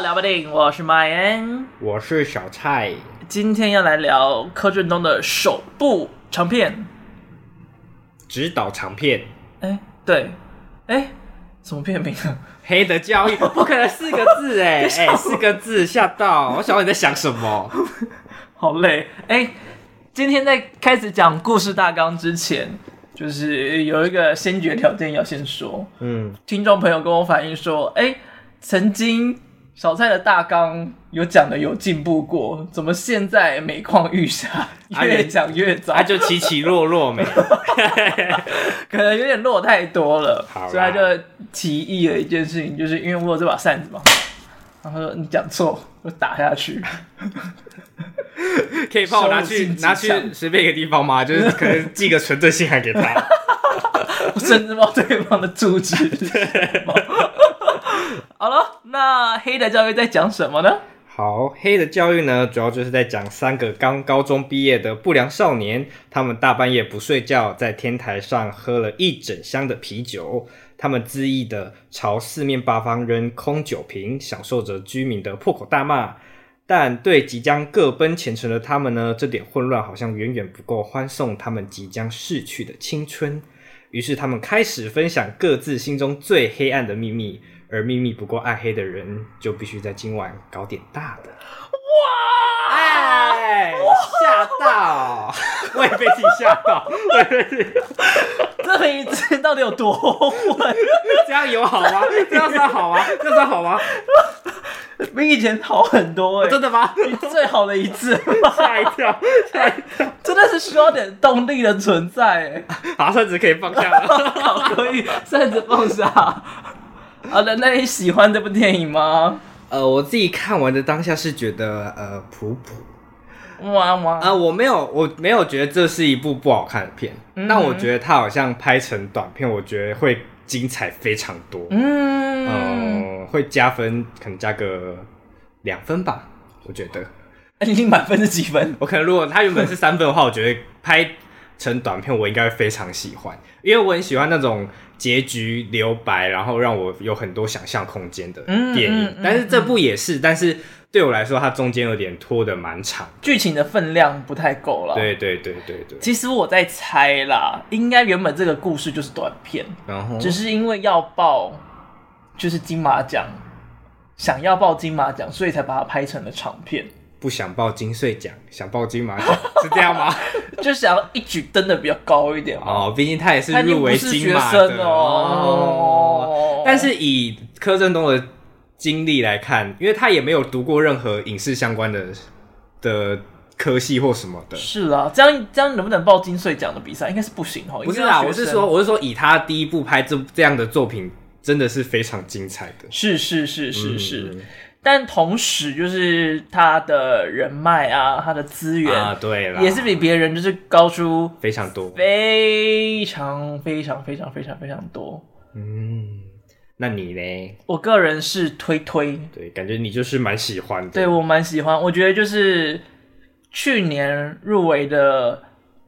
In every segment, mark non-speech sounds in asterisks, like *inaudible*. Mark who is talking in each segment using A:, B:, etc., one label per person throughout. A: 聊不定，我是 My N，
B: 我是小蔡，
A: 今天要来聊柯震东的首部长片。
B: 指导长片《
A: 哎，对，哎，什么片名啊？
B: 黑的教育》， *laughs* 不可能四个字 *laughs* 哎、哎、四个字吓到，我想你在想什么？
A: 好累。哎，今天在开始讲故事大纲之前，就是有一个先决条件要先说。
B: 嗯，
A: 听众朋友跟我反映说，哎、曾经小蔡的大纲有讲的有进步过，怎么现在每况愈下，
B: 啊
A: 越
B: 人
A: 讲越糟，
B: 啊就起起落落 *laughs* 没，
A: 可能有点落太多了
B: 好，啦
A: 所以他就提议了一件事情，就是因为我有这把扇子嘛，然后他说你讲错，我打下去， *laughs*
B: 可以帮我拿去
A: 收入进
B: 拿
A: 几项
B: 去随便一个地方吗？就是可能寄个存折信函给他。
A: 我甚至冒对方的住址是什么。好了，那黑的教育在讲什么呢？
B: 好，黑的教育呢，主要就是在讲三个刚高中毕业的不良少年，他们大半夜不睡觉，在天台上喝了一整箱的啤酒，他们恣意的朝四面八方扔空酒瓶，享受着居民的破口大骂。但对即将各奔前程的他们呢，这点混乱好像远远不够欢送他们即将逝去的青春。于是他们开始分享各自心中最黑暗的秘密，而秘密不够暗黑的人，就必须在今晚搞点大的。
A: 哇！啊
B: 哎，吓到！我也被自己吓到，我也被自己。
A: 这名字到底有多混？
B: *laughs* 这样有好吗？这样算好吗？这样算好吗？
A: 比以前好很多哎、
B: 真的吗？
A: 欸，最好的一次，
B: 吓一跳，吓一跳！
A: 真的是需要点动力的存在哎、
B: 好，算子可以放下了。
A: *laughs* 好，可以扇子放下。好的，那你喜欢这部电影吗？
B: 呃，我自己看完的当下是觉得呃普普
A: 哇哇！
B: 啊、我没有，我没有觉得这是一部不好看的片，
A: 嗯
B: 但我觉得它好像拍成短片，我觉得会精彩非常多。
A: 嗯，
B: 嗯、会加分，可能加个两分吧，我觉得。
A: 哎你满分是几分？
B: 我可能如果它原本是三分的话，我觉得拍成短片我应该会非常喜欢，因为我很喜欢那种结局留白，然后让我有很多想象空间的
A: 嗯
B: 电影。
A: 嗯嗯
B: 但是这部也是，但是对我来说，它中间有点拖得蛮长。
A: 剧情的分量不太够了。，
B: 对对对对对。
A: 哦其实我在猜啦，应该原本这个故事就是短片，
B: 然后
A: 只是因为要报就是金马奖，想要报金马奖，所以才把它拍成了长片，
B: 不想报金穗奖，想报金马奖，是这样吗？
A: 就想要一举登的比较高一点嘛。
B: *laughs* 哦，毕竟他也是
A: 他已经
B: 入
A: 不
B: 围
A: 是
B: 金
A: 学
B: 马的
A: 生哦，
B: 但是以柯震东的经历来看，因为他也没有读过任何影视相关的的科系或什么的。
A: 是啊，这样这样能不能报金穗奖的比赛？应该是不行哦。
B: 不是
A: 应该
B: 啦，
A: 要
B: 我
A: 学
B: 是
A: 生
B: 说，，我是说，以他第一部拍这这样的作品，真的是非常精彩的。
A: 是是是是是。
B: 嗯
A: 但同时，就是他的人脉啊，他的资源、
B: 啊，对啦，
A: 也是比别人就是高出
B: 非常多。
A: 非常非常非常非常非常多。
B: 嗯，那你呢？
A: 我个人是推推，
B: 对，感觉你就是蛮喜欢的。
A: 对我蛮喜欢。我觉得就是去年入围的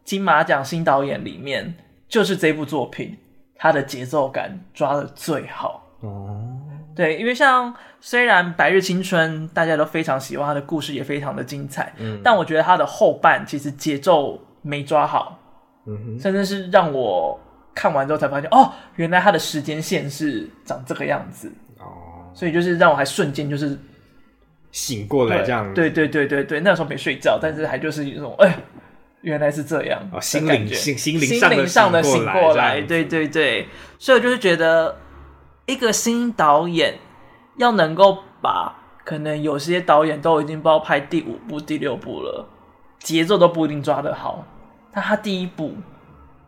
A: 金马奖新导演里面，就是这部作品，它的节奏感抓的最好。
B: 哦，
A: 对，因为像虽然《白日青春》大家都非常喜欢，它的故事也非常的精彩，
B: 嗯
A: 但我觉得它的后半其实节奏没抓好，
B: 嗯
A: 甚至是让我看完之后才发现，哦，原来它的时间线是长这个样子，
B: 哼，哦，
A: 所以就是让我还瞬间就是
B: 醒过来这样，
A: 对对对对对，那时候没睡觉，但是还就是一种哎呀，原来是这样的
B: 哦，心
A: 感
B: 灵
A: 觉
B: 心心灵
A: 心
B: 上的
A: 灵上的醒
B: 过
A: 过
B: 来
A: 来，
B: 这样
A: 对对对，所以我就是觉得一个新导演要能够把可能有些导演都已经不知道拍第五部、第六部了，节奏都不一定抓得好，但他第一部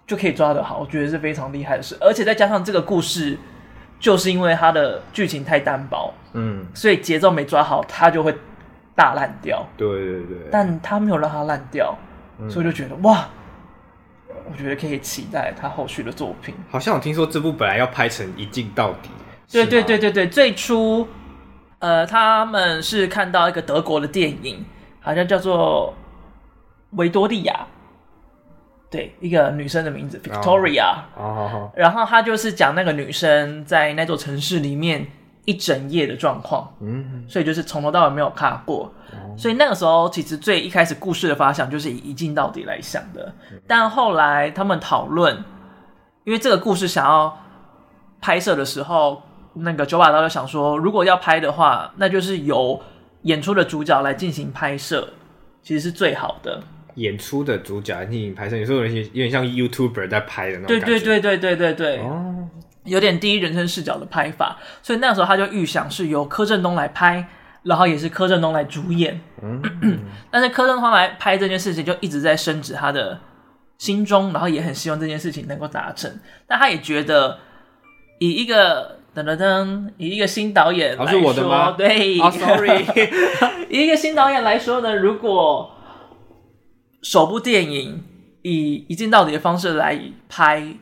A: 就可以抓得好，我觉得是非常厉害的事，而且再加上这个故事。就是因为它的剧情太单薄，
B: 嗯，
A: 所以节奏没抓好，它就会大烂掉。
B: 对对对。嗯
A: 但他没有让它烂掉，所以就觉得哇，我觉得可以期待他后续的作品。
B: 好像我听说这部本来要拍成一镜到底，
A: 对
B: 是
A: 对
B: 吗
A: 对，对对，最初呃，他们是看到一个德国的电影，好像叫做《维多利亚》，对，一个女生的名
B: 哦
A: 字 Victoria，、
B: 哦，好好
A: 然后他就是讲那个女生在那座城市里面一整夜的状况，
B: 嗯，
A: 所以就是从头到尾没有卡过。
B: 哦
A: 所以那个时候其实最一开始故事的发想就是以一镜到底来想的，但后来他们讨论，因为这个故事想要拍摄的时候，那个九把刀就想说，如果要拍的话，那就是由演出的主角来进行拍摄，其实是最好的。
B: 演出的主角进行拍摄，有时候有点有点像 YouTuber 在拍的那种
A: 对
B: 感觉。
A: 对对对对对对，
B: 哦，
A: 有点第一人称视角的拍法，所以那时候他就预想是由柯震东来拍，然后也是柯震东来主演。
B: 嗯 *coughs*
A: 但是柯震东来拍这件事情就一直在深植他的心中，然后也很希望这件事情能够达成，但他也觉得以一个。噔噔噔！以一个新导演来
B: 哦
A: 说， *laughs*
B: 是我的吗
A: 对、
B: 哦，sorry
A: 以一个新导演来说呢，如果首部电影以一镜到底的方式来拍，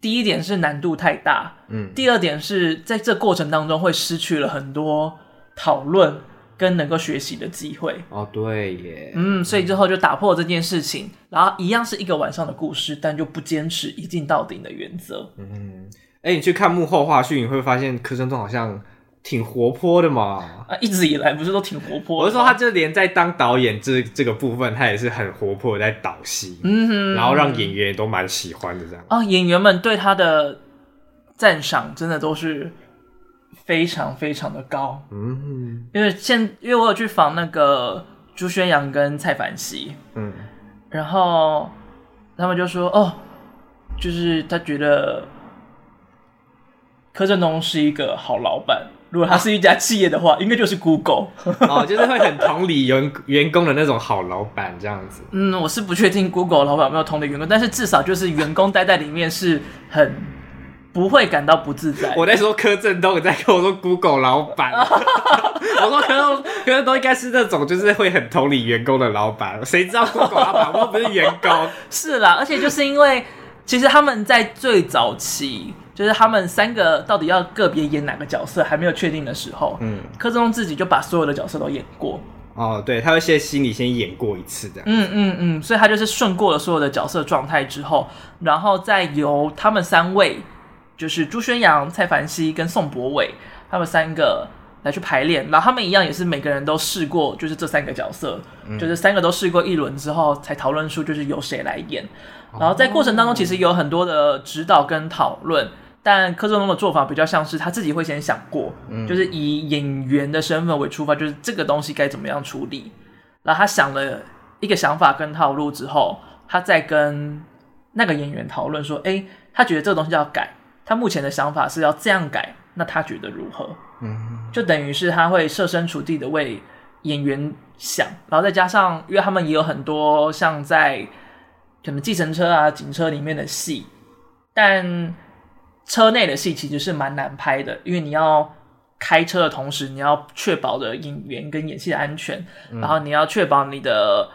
A: 第一点是难度太大，
B: *laughs* 嗯，
A: 第二点是在这过程当中会失去了很多讨论跟能够学习的机会。
B: 哦对耶，
A: 嗯，所以之后就打破这件事情，然后一样是一个晚上的故事，但就不坚持一镜到顶的原则。
B: 嗯，哎、你去看幕后花絮，你会发现柯震东好像挺活泼的嘛。
A: 啊，一直以来不是都挺活泼的吗？
B: 我是说，他就连在当导演这这个部分，他也是很活泼的在导戏，嗯哼，然后让演员也都蛮喜欢的这样。
A: 啊，演员们对他的赞赏真的都是非常非常的高，
B: 嗯
A: 因为现因为我有去访那个朱宣阳跟蔡凡熙，
B: 嗯，
A: 然后他们就说哦，就是他觉得柯震东是一个好老板，如果他是一家企业的话，应该就是 Google。
B: 哦，就是会很同理员员工的那种好老板这样子。
A: *laughs* 嗯，我是不确定 Google 老板有没有同理员工，但是至少就是员工待在里面是很不会感到不自在。
B: 我在说柯震东，你在跟我说 Google 老板。 *laughs* 我说柯震东，柯震东应该是那种就是会很同理员工的老板，谁知道 Google 老板我又不是员工？
A: 是啦，而且就是因为其实他们在最早期，就是他们三个到底要个别演哪个角色还没有确定的时候，
B: 嗯，
A: 柯震东自己就把所有的角色都演过，
B: 哦，对，他会先心里先演过一次这样。
A: 嗯嗯嗯，所以他就是顺过了所有的角色状态之后，然后再由他们三位，就是朱宣阳、蔡凡熙跟宋博伟，他们三个来去排练，然后他们一样也是每个人都试过，就是这三个角色，
B: 嗯
A: 就是三个都试过一轮之后，才讨论出就是由谁来演。然后在过程当中，其实有很多的指导跟讨论。但柯震东的做法比较像是他自己会先想过，
B: 嗯
A: 就是以演员的身份为出发，就是这个东西该怎么样处理。然后他想了一个想法跟套路之后，他再跟那个演员讨论说：“诶，他觉得这个东西要改，他目前的想法是要这样改，那他觉得如何？”
B: 嗯，
A: 就等于是他会设身处地的为演员想，然后再加上，因为他们也有很多像在可能计程车啊、警车里面的戏，但车内的戏其实是蛮难拍的，因为你要开车的同时，你要确保的演员跟演戏的安全，然后你要确保你的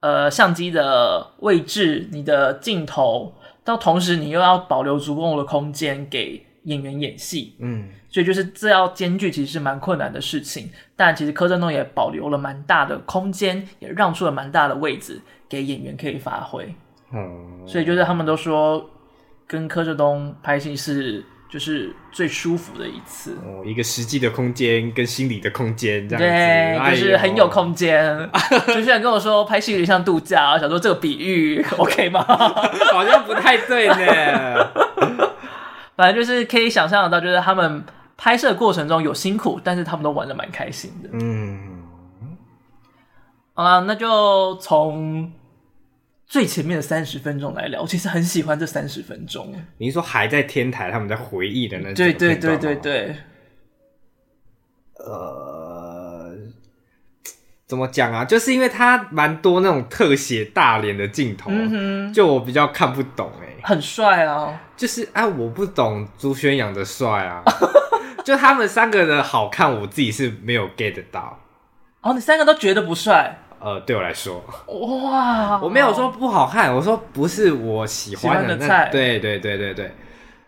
A: 呃相机的位置、你的镜头，到同时你又要保留足够的空间给演员演戏，
B: 嗯，
A: 所以就是这要兼具，其实是蛮困难的事情。但其实柯震东也保留了蛮大的空间，也让出了蛮大的位置给演员可以发挥。
B: 哦，
A: 所以就是他们都说，跟柯震东拍戏是就是最舒服的一次，
B: 哦，一个实际的空间跟心理的空间这样子，
A: 对，
B: 哎
A: 就
B: 呦
A: 是很有。空
B: *laughs*
A: 间。主持人跟我说拍戏有点像度假，我想说这个比喻 *laughs* OK 吗？
B: 好像不太对呢。
A: 反正就是可以想象得到，就是他们拍摄过程中有辛苦，但是他们都玩的蛮开心的。
B: 嗯，
A: 好啦，那就从最前面的三十分钟来聊。我其实很喜欢这三十分钟。
B: 你是说还在天台，他们在回忆的那
A: 对
B: 哎整
A: 对
B: 个片段
A: 对
B: 吗
A: 对对，
B: 呃，怎么讲啊？就是因为它蛮多那种特写大脸的镜头，
A: 嗯
B: 就我比较看不懂哎、
A: 哼，很帅啊！
B: 就是啊，我不懂朱宣阳的帅
A: *laughs*
B: 啊，就他们三个的好看，我自己是没有 get 到。
A: 哦，你三个都觉得不帅，
B: 呃，对我来说，
A: 哇！
B: 我没有说不好看，我说不是我喜欢的
A: 哦喜欢的
B: 那
A: 菜
B: 对对对对对，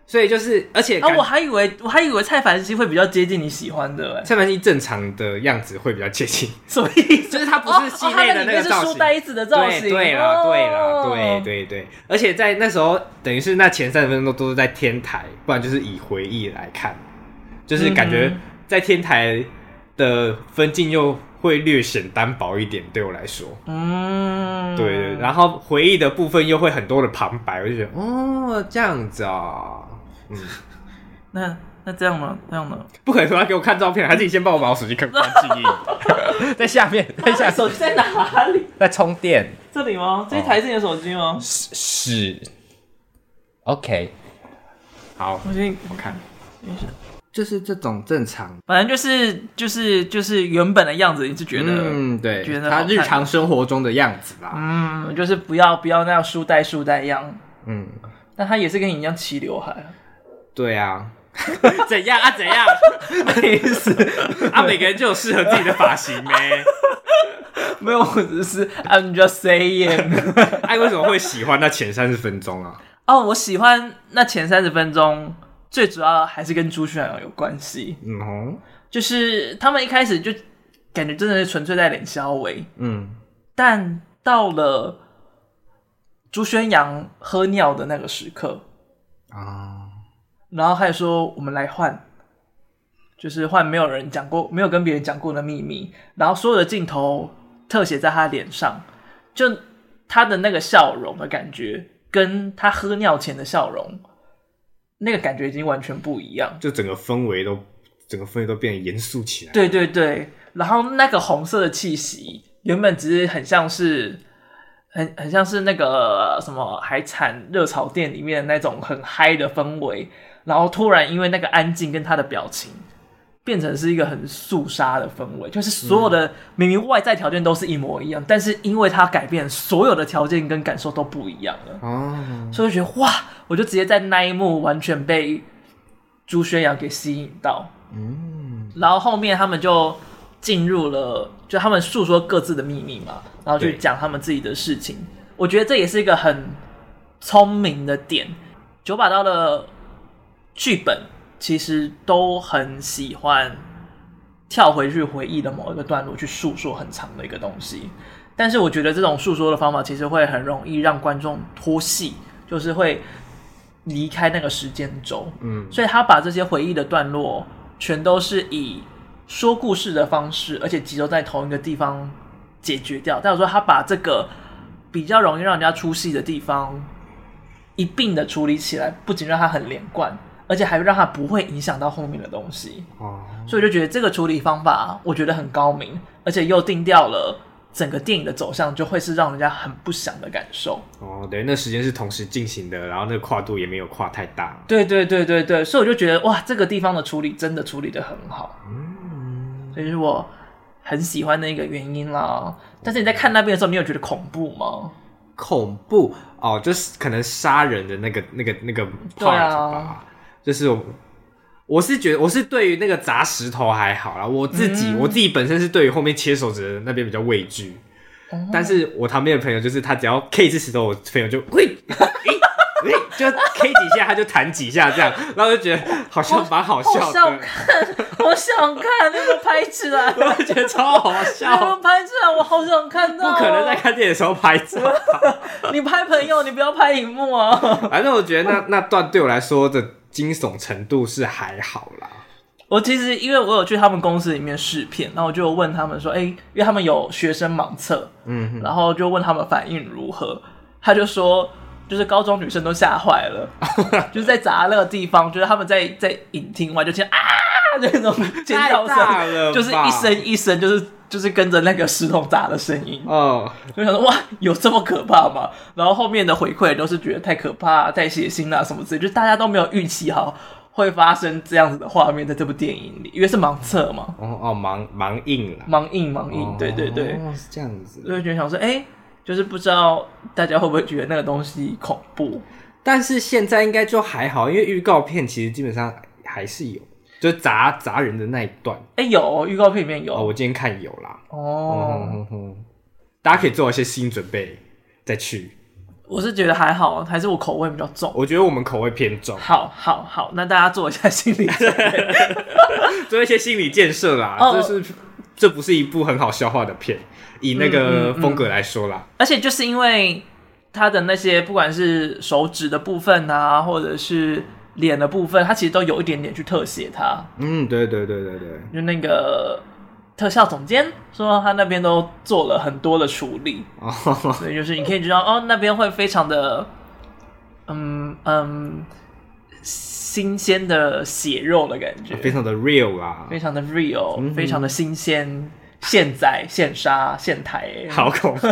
B: 所以就是，而且
A: 啊，
B: 感
A: 我还以为我还以为蔡凡熙会比较接近你喜欢
B: *laughs*
A: 的，哎，
B: 蔡文熙正常的样子会比较接近，
A: 什么意思？
B: 就是他不是戏
A: 哦哦他
B: 内的那
A: 们里面
B: 个
A: 是
B: 造
A: 书
B: 型。
A: 呆子的造型，
B: 对对啦，对啦，
A: 哦
B: 对。对对，而且在那时候，等于是那前三十分钟都是在天台，不然就是以回忆来看，就是感觉
A: 嗯
B: 在天台的分镜又会略显单薄一点，对我来说。
A: 嗯，
B: 对对，然后回忆的部分又会很多的旁白，我就觉得哦这样子啊、嗯，
A: 那那这样呢？这样呢？
B: 不可能说他给我看照片，还是你先帮我把我手机看关静
A: *laughs*
B: 音，在下面，在下哦
A: 手机在哪里？
C: 在充电
A: 这里吗？这一台是你的手机吗？
C: 是是，OK，
B: 好，
A: 我先
B: 我看
A: 没事，
B: 就是这种正常。
A: 反正就是就是就是原本的样子，你是觉得嗯
B: 嗯，对，
A: 觉得好
B: 他
A: 看
B: 日常生活中的样子啦。
A: 嗯就是不要不要那样书呆书呆样。
B: 嗯，
A: 但他也是跟你一样齐刘海啊，
B: 对啊， *laughs* 怎样啊？怎样？没意思 *laughs* 啊！每个人就有适合自己的发型 *laughs* 呗。
A: *laughs* 没有，我只是 I'm just saying。 *laughs*
B: 哎，为什么会喜欢那前三十分钟啊？
A: 哦，我喜欢那前三十分钟，最主要还是跟朱轩阳有关系。
B: 嗯哼，
A: 就是他们一开始就感觉真的是纯粹在脸消委，
B: 嗯，
A: 但到了朱宣阳喝尿的那个时刻，
B: 啊，
A: 然后他也说我们来换，就是换没有人讲过、没有跟别人讲过的秘密，然后所有的镜头特写在他脸上，就他的那个笑容的感觉，跟他喝尿前的笑容，那个感觉已经完全不一样。
B: 就整个氛围都，整个氛围都变得严肃起来。，
A: 对对对，然后那个红色的气息，原本只是很像是，很很像是那个什么海产热炒店里面的那种很嗨的氛围，然后突然因为那个安静跟他的表情，变成是一个很肃杀的氛围，就是所有的、明明外在条件都是一模一样，但是因为他改变，所有的条件跟感受都不一样了，
B: 哦，
A: 所以我就觉得哇，我就直接在那一幕完全被朱宣阳给吸引到。
B: 嗯，
A: 然后后面他们就进入了，就他们诉说各自的秘密嘛，然后去
B: 对
A: 讲他们自己的事情。我觉得这也是一个很聪明的点。九把刀的剧本其实都很喜欢跳回去回忆的某一个段落去诉说很长的一个东西，但是我觉得这种诉说的方法其实会很容易让观众脱戏，就是会离开那个时间轴。
B: 嗯，
A: 所以他把这些回忆的段落全都是以说故事的方式，而且集中在同一个地方解决掉。但我说他把这个比较容易让人家出戏的地方一并的处理起来，不仅让它很连贯，而且还让它不会影响到后面的东西。
B: 哦，
A: 所以我就觉得这个处理方法，我觉得很高明，而且又定掉了整个电影的走向，就会是让人家很不想的感受。
B: 哦，对，那时间是同时进行的，然后那个跨度也没有跨太大。
A: 对对对对对，所以我就觉得哇，这个地方的处理真的处理的很好，
B: 嗯
A: 所以是我很喜欢的一个原因啦。但是你在看那边的时候，你有觉得恐怖吗？ *laughs*
B: 恐怖哦，就是可能杀人的那个、那个、那个 part
A: 对啊
B: 吧。就是我，我是觉得我是对于那个砸石头还好啦，我自己、
A: 嗯
B: 我自己本身是对于后面切手指的那边比较畏惧。
A: 哦
B: 但是我旁边的朋友就是他，只要 K 一次石头，我朋友就喂，诶诶就 K 几下，他就弹几下这样，然后就觉得好像蛮好
A: 好
B: 笑
A: 想
B: 的，
A: 看，我想看，那个拍起
B: *laughs*
A: 来，
B: 我就觉得超
A: *laughs*
B: 好
A: 那
B: 笑
A: 个，拍起来，我好想看
B: 不
A: 到。
B: 可能在看电影的时候拍照。
A: 你拍朋友，你不要拍荧幕啊！
B: *laughs* 反正我觉得那那段对我来说的惊悚程度是还好啦。
A: 我其实因为我有去他们公司里面试片，然后我就问他们说，哎、因为他们有学生盲测，
B: 嗯哼，
A: 然后就问他们反应如何，他就说，就是高中女生都吓坏
B: *laughs*
A: 了，就是在杂乐地方，就是他们在在影厅外就听啊 *laughs* 那种尖叫
B: 太大了
A: 声，就是
B: 吧
A: 一声一声，就是就是跟着那个石头砸的声音，
B: 哦，
A: 就想说哇，有这么可怕吗？然后后面的回馈都是觉得太可怕、太血腥啊什么之类，就是大家都没有预期好会发生这样子的画面在这部电影里，因为是盲测嘛，
B: 哦哦，盲盲印啦，
A: 盲印盲印，对对对。
B: 哦，是这样子。
A: 就会觉得想说，哎、就是不知道大家会不会觉得那个东西恐怖？
B: 但是现在应该就还好，因为预告片其实基本上还是有，就砸砸人的那一段
A: 哎、有预告片里面有
B: 哦，
A: 哦
B: 我今天看有啦。嗯哼哼，大家可以做一些心理准备再去。
A: 我是觉得还好，还是我口味比较重。
B: 我觉得我们口味
A: *laughs*
B: 偏重，
A: 好好好，那大家做一下心理 *laughs* 准备。
B: 做一些心理建设啦。
A: 哦
B: 这是这不是一部很好消化的片，以那个
A: 嗯嗯嗯
B: 风格来说啦。
A: 而且就是因为它的那些不管是手指的部分啊，或者是脸的部分，它其实都有一点点去特写它，
B: 嗯，对对对对对，
A: 就那个特效总监说他那边都做了很多的处理，
B: 哦， *laughs*
A: 所以就是你可以知道哦，那边会非常的，嗯嗯，新鲜的血肉的感觉，
B: 非常的 real 啊，
A: 非常的 real，、非常的新鲜，现宰、现杀、现抬，
B: 好恐怖，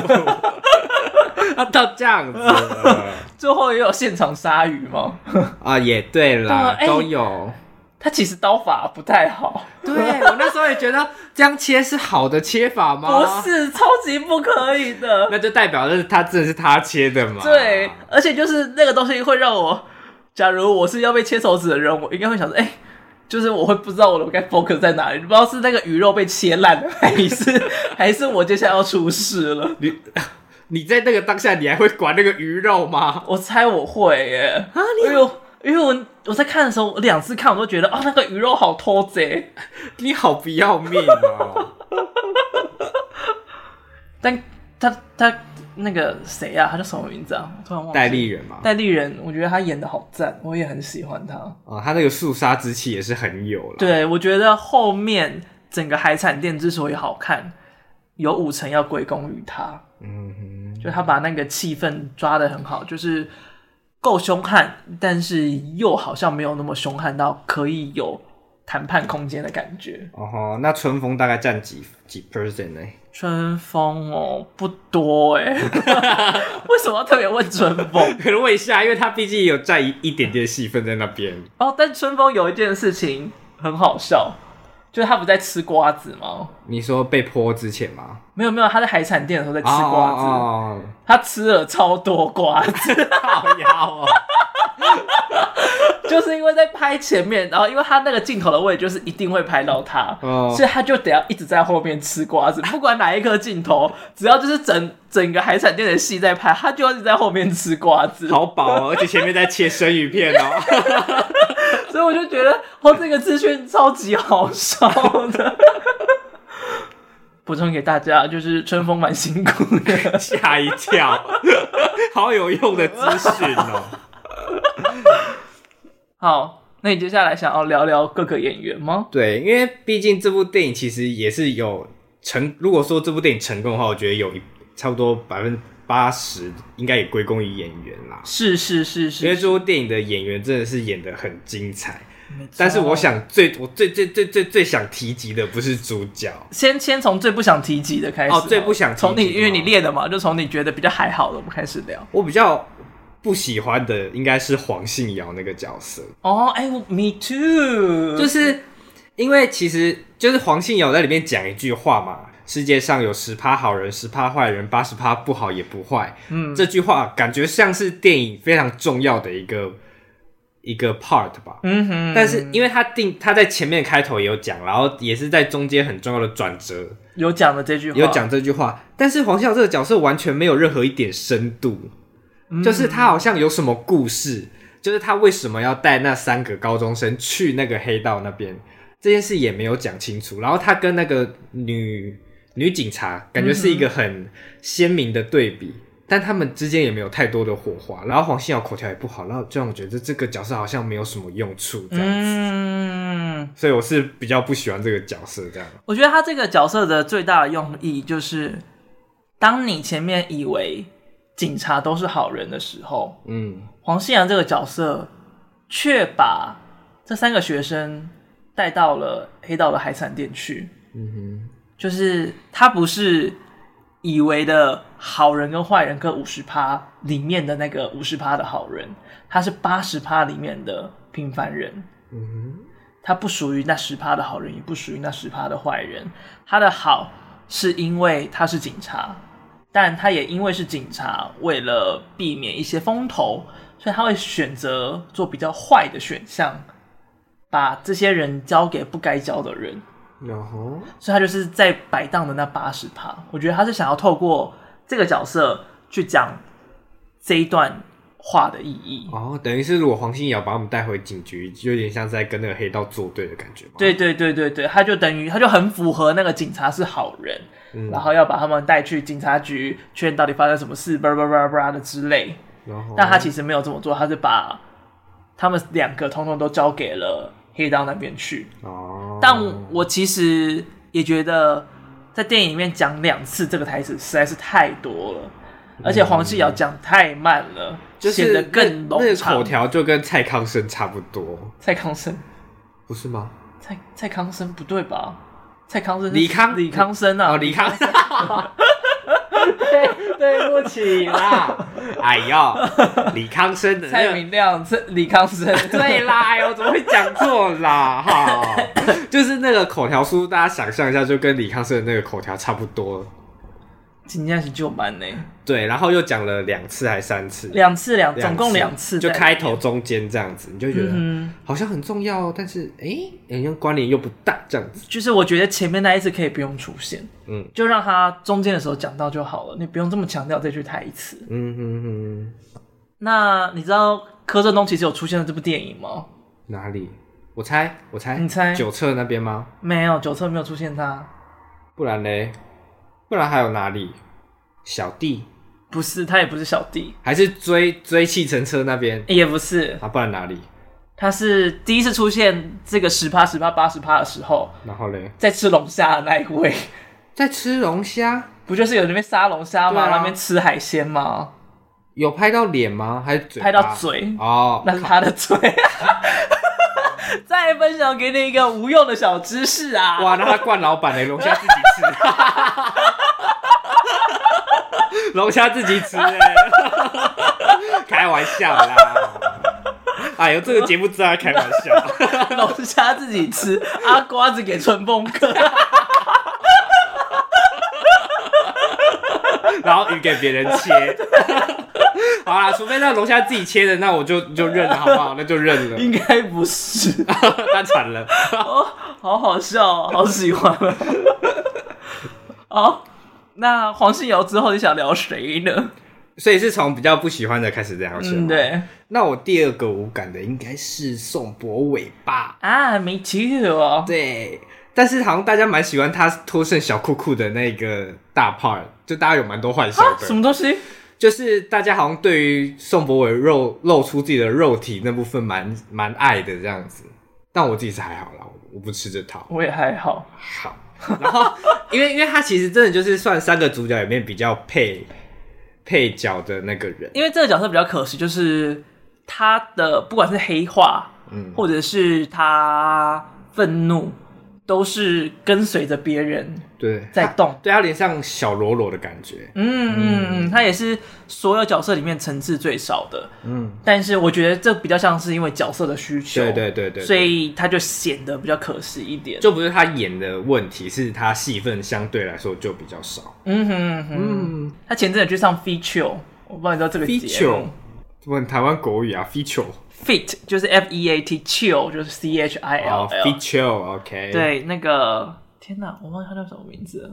B: 啊，到这样 *laughs* 子了
A: 最后也有现场鲨鱼吗？
B: 啊，也对啦，
A: 对哎
B: 都有。
A: 他其实刀法不太好，
B: 对我那时候也觉得这样切是好的切法吗？
A: 不，是超级不可以的，
B: 那就代表是他真的是他切的嘛？
A: 对，而且就是那个东西会让我，假如我是要被切手指的人，我应该会想说，哎、就是我会不知道我的该 focus 在哪里，不知道是那个鱼肉被切烂了，还是还是我接下来要出事了。
B: 你 *laughs* 你在那个当下，你还会管那个鱼肉吗？
A: 我猜我会耶，啊，因为我因为我我在看的时候，我两次看我都觉得，哦，那个鱼肉好偷贼，
B: 你好不要命哦！ *laughs*
A: 但他他那个谁啊，他叫什么名字啊？我突然忘
B: 戴
A: 了。
B: 立人嘛，
A: 戴立人，我觉得他演的好赞，我也很喜欢他。
B: 哦，他那个肃杀之气也是很有了。，
A: 对，我觉得后面整个海产店之所以好看，有五成要归功于他，
B: 嗯哼，
A: 就他把那个气氛抓得很好，就是够凶悍，但是又好像没有那么凶悍到可以有谈判空间的感觉。
B: 哦吼，那春风大概占几几 percent 呢？
A: 春风哦，不多 *laughs* 哎、为什么要特别问春风？
B: *laughs* 可能问一下，因为他毕竟有占一一点点戏份在那边。
A: *laughs* 哦，但春风有一件事情很好笑，就是他不在吃瓜子吗？
B: 你说被泼之前吗？
A: 没有没有，他在海产店的时候在吃
B: 啊
A: 瓜子。
B: 哦， *laughs* 哦
A: 他吃了超多瓜子， *laughs*
B: 哦好呀哦，
A: 就是因为在拍前面，然后因为他那个镜头的位置就是一定会拍到他，
B: 哦
A: 所以他就得要一直在后面吃瓜子，不管哪一颗镜头，只要就是整整个海产店的戏在拍，他就要一直在后面吃瓜子。
B: 好饱哦，而且前面在切生鱼片哦。 *laughs*
A: 所以我就觉得哦，这个资讯超级好笑的。补充给大家，就是春风蛮辛苦
B: *laughs*
A: 的，
B: 吓一跳，好有用的资讯哦。
A: 好。那你接下来想要聊聊各个演员吗？
B: *laughs* 对，因为毕竟这部电影其实也是有成，如果说这部电影成功的话，我觉得有一差不多百分之八十应该也归功于演员啦。
A: 是是是
B: 因为
A: 是，
B: 这部电影的演员真的是演的很精彩，
A: 没错
B: 但是我想最我最最最最最想提及的不是主角，
A: 先先从最不想提及的开始好了。
B: 哦最不想提及的
A: 从你，因为
B: 吗
A: 你列的嘛，就从你觉得比较还好的，我们开始聊。
B: 我比较不喜欢的应该是黄信尧那个角色。
A: 哦，哎、我 m e too，
B: 就是是因为其实就是黄信尧在里面讲一句话嘛，世界上有十趴好人，十趴坏人，八十趴不好也不坏。嗯，这句话感觉像是电影非常重要的一个一个 part 吧。
A: 嗯哼，
B: 但是因为他定他在前面开头也有讲，然后也是在中间很重要的转折
A: 有讲的这句话，
B: 有讲这句话，但是黄信尧这个角色完全没有任何一点深度，就是他好像有什么故事，就是他为什么要带那三个高中生去那个黑道那边，这件事也没有讲清楚。然后他跟那个女女警察感觉是一个很鲜明的对比。但他们之间也没有太多的火花，然后黄信尧口条也不好，然后就让我觉得这个角色好像没有什么用处这样子，
A: 嗯，
B: 所以我是比较不喜欢这个角色这样。
A: 我觉得他这个角色的最大的用意就是，当你前面以为警察都是好人的时候，
B: 嗯，
A: 黄信阳这个角色却把这三个学生带到了黑道的海产店去。
B: 嗯
A: 就是他不是以为的好人跟坏人各五十趴里面的那个五十趴的好人，他是八十趴里面的平凡人。
B: 哼，嗯哼，
A: 他不属于那十趴的好人，也不属于那十趴的坏人。他的好是因为他是警察，但他也因为是警察，为了避免一些风头，所以他会选择做比较坏的选项，把这些人交给不该交的人。
B: 然后
A: 所以他就是在摆荡的那八十趴。我觉得他是想要透过这个角色去讲这一段话的意义。
B: 哦，等于是如果黄信尧把我们带回警局，就有点像是在跟那个黑道作对的感觉嘛。
A: 对对对对对，他就等于他就很符合那个警察是好人，
B: 嗯
A: 然后要把他们带去警察局，确认
B: 哦
A: 到底发生什么事，叭叭叭叭的之类。
B: 然后
A: 但他其实没有这么做，他是把他们两个通通都交给了黑道那边去。
B: 哦，
A: 但我其实也觉得，在电影里面讲两次这个台词实在是太多了，而且黄世尧讲太慢了，
B: 嗯就
A: 显
B: 是
A: 得更
B: 那那
A: 冗
B: 个口
A: 长。
B: 条就跟蔡康生差不多，
A: 蔡康生，
B: 不是吗？
A: 蔡蔡康生不对吧？蔡康生是
B: 李康
A: 李康生啊，
B: 哦，李康，对对不起啦， *laughs* 哎呦，李康生的那
A: 蔡
B: 个
A: 明亮，这李康生，
B: *laughs* 对啦，哎呦，怎么会讲错啦？哈，就是那个口条书，大家想象一下，就跟李康生的那个口条差不多。
A: 今天是旧版呢，
B: 对，然后又讲了两次还三次，
A: 两次两，
B: 两
A: 总共两次在
B: 就
A: 里面，
B: 开头、中间这样子，你就觉得
A: 嗯
B: 好像很重要，但是哎，好像关联又不大这样子。
A: 就是我觉得前面那一次可以不用出现，
B: 嗯
A: 就让他中间的时候讲到就好了，你不用这么强调这句台词。
B: 嗯哼哼，
A: 那你知道柯震东其实有出现在这部电影吗？
B: 哪里？我猜，我猜，
A: 你猜
B: 九侧那边吗？
A: 没有，九策没有出现他，
B: 不然嘞，不然还有哪里？小弟
A: 不是，他也不是小弟，
B: 还是追追计程车那边
A: 也不是，
B: 啊？不然哪里？
A: 他是第一次出现这个十趴、十趴、八十趴的时候，
B: 然后嘞，
A: 在吃龙虾的那一位，
B: 在吃龙虾，
A: 不就是有那边杀龙虾吗？
B: 对啊
A: 那边吃海鲜吗？
B: 有拍到脸吗？还是嘴巴？
A: 拍到嘴，
B: 哦，
A: 那是他的嘴。 *laughs* 再分享给你一个无用的小知识啊！
B: *laughs* 哇，那他灌老板嘞，欸龙虾自己
A: *laughs*
B: 吃，龙虾自
A: *laughs*
B: 己吃哎，开玩笑啦。哎呦，这个节目真的开玩
A: *laughs*
B: 笑，
A: 龙虾自己吃，阿瓜子给春风哥，
B: 然后鱼给别人切。好啦，除非那龙虾自己切的，那我就就认了，好不好？那就
A: *laughs*
B: 认了，
A: 应该不是。
B: 那惨了。
A: 哦，好好笑、哦，好喜欢。
B: *laughs*
A: 好，那黄信尧之后你想聊谁呢？
B: 所以是从比较不喜欢的开始聊起。
A: 嗯，。对
B: 那我第二个无感的应该是宋博伟吧？
A: 啊，Me too 哦，
B: 对，但是好像大家蛮喜欢他脱剩小裤裤的那个大 part，就大家有蛮多幻想
A: 啊，
B: 的，
A: 什么东西？
B: 就是大家好像对于宋博伟肉露出自己的肉体那部分蛮蛮爱的这样子。但我自己是还好啦，我我不吃这套。
A: 我也还好，
B: 好，然后因为因为他其实真的就是算三个主角里面比较配配角的那个人，
A: 因为这个角色比较可惜，就是他的不管是黑化，
B: 嗯
A: 或者是他愤怒，都是跟随着别人。
B: 对，
A: 在
B: 他
A: 动
B: 对他脸上小裸裸的感觉，
A: 嗯嗯嗯，他也是所有角色里面层次最少的，
B: 嗯，
A: 但是我觉得这比较像是因为角色的需求，
B: 对对对对，
A: 所以他就显得比较可惜一点。
B: 就不是他演的问题，是他戏份相对来说就比较少。
A: 嗯哼嗯哼，
B: 嗯
A: 他前阵子去上 Feature，我不知道你知道这个节
B: ，feature，
A: 目
B: 问台湾国语啊，feature，
A: ，Fit 就是 F E A T Chill 就是 C H I L
B: 哦
A: L，
B: ，feature，OK，，
A: 哎对，那个天哪，我忘记他叫什么名字了，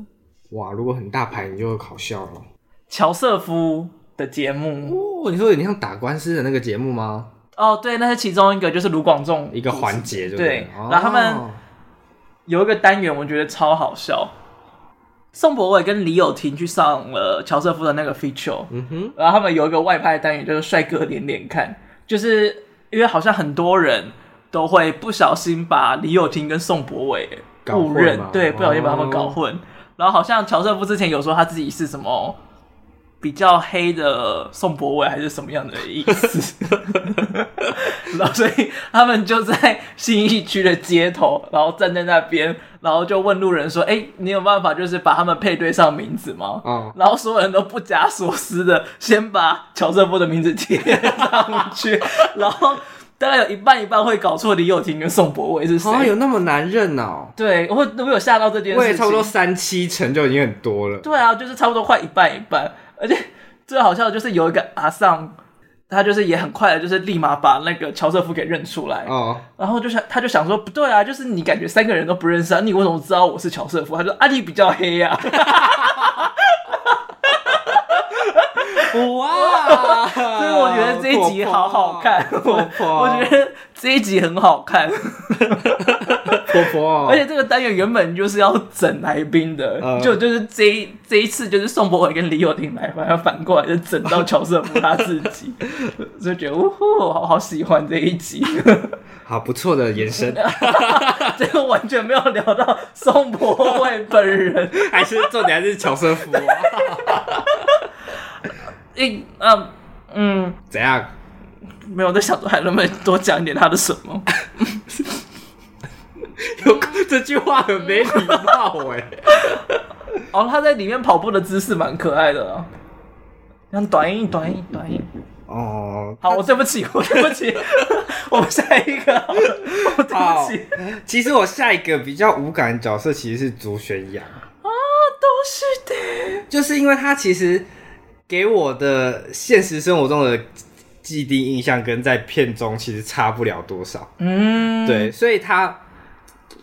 B: 哇，如果很大牌，你就好笑了。
A: 乔瑟夫的节目。
B: 哦，你说有点像打官司的那个节目吗？
A: 哦，对，那是其中一个，就是卢广仲
B: 一个环节就
A: 对然后他们
B: 哦
A: 有一个单元，我觉得超好笑。宋博伟跟李友廷去上了乔瑟夫的那个 feature，
B: 嗯哼，
A: 然后他们有一个外拍单元，就是帅哥连连看，就是因为好像很多人都会不小心把李友廷跟宋博伟
B: 搞混
A: 误认
B: 嘛，
A: 对，不小心把他们
B: 哦
A: 搞混。然后好像乔瑟夫之前有说他自己是什么比较黑的宋博伟，还是什么样的意思。 *laughs* 然后所以他们就在新义区的街头，然后站在那边，然后就问路人说：“哎，你有办法就是把他们配对上名字吗？”
B: 哦，
A: 然后所有人都不假所思的先把乔瑟夫的名字贴上去，然后大概有一半一半会搞错李友廷跟宋博伟是谁。
B: 好像有那么难认哦。
A: 对，我我有吓到这件
B: 我
A: 事
B: 也
A: 情。
B: 差不多三七成就已经很多了。
A: 对啊，就是差不多快一半一半，而且最好笑的就是有一个阿桑，他就是也很快的，就是立马把那个乔瑟夫给认出来，
B: 哦，
A: 然后就想他就想说不对啊，就是你感觉三个人都不认识啊，你为什么知道我是乔瑟夫？他说啊你比较黑啊，
B: 哇！所 *laughs* 啊
A: 所以我觉得这一集好好看，我我觉得这一集很好看，
B: 婆婆，
A: 而且这个单元原本就是要整来宾的，
B: 嗯
A: 就就是这一这一次就是宋博伟跟李友廷来，反而反过来就整到乔瑟夫他自己，就觉得呜呼，好好喜欢这一集， *laughs*
B: 好不错的延伸，
A: 这个完全没有聊到宋博伟本人。
B: 还是重点还是乔瑟夫、啊，
A: 诶，嗯嗯，
B: 怎样？ *laughs*
A: 没有我在想说还能不能多讲一点他的什么？
B: 有这句话很没礼貌哎、
A: 哦，他在里面跑步的姿势蛮可爱的啦，像短一短一短一。
B: 哦，
A: 好，我对不
B: *laughs*
A: 起，我对不起，我们下一个好了，我对不起。
B: *laughs* 其实我下一个比较无感的角色其实是竹玄阳，
A: 都是的，
B: 就是因为他其实给我的现实生活中的既定印象跟在片中其实差不了多少，
A: 嗯，
B: 对，所以他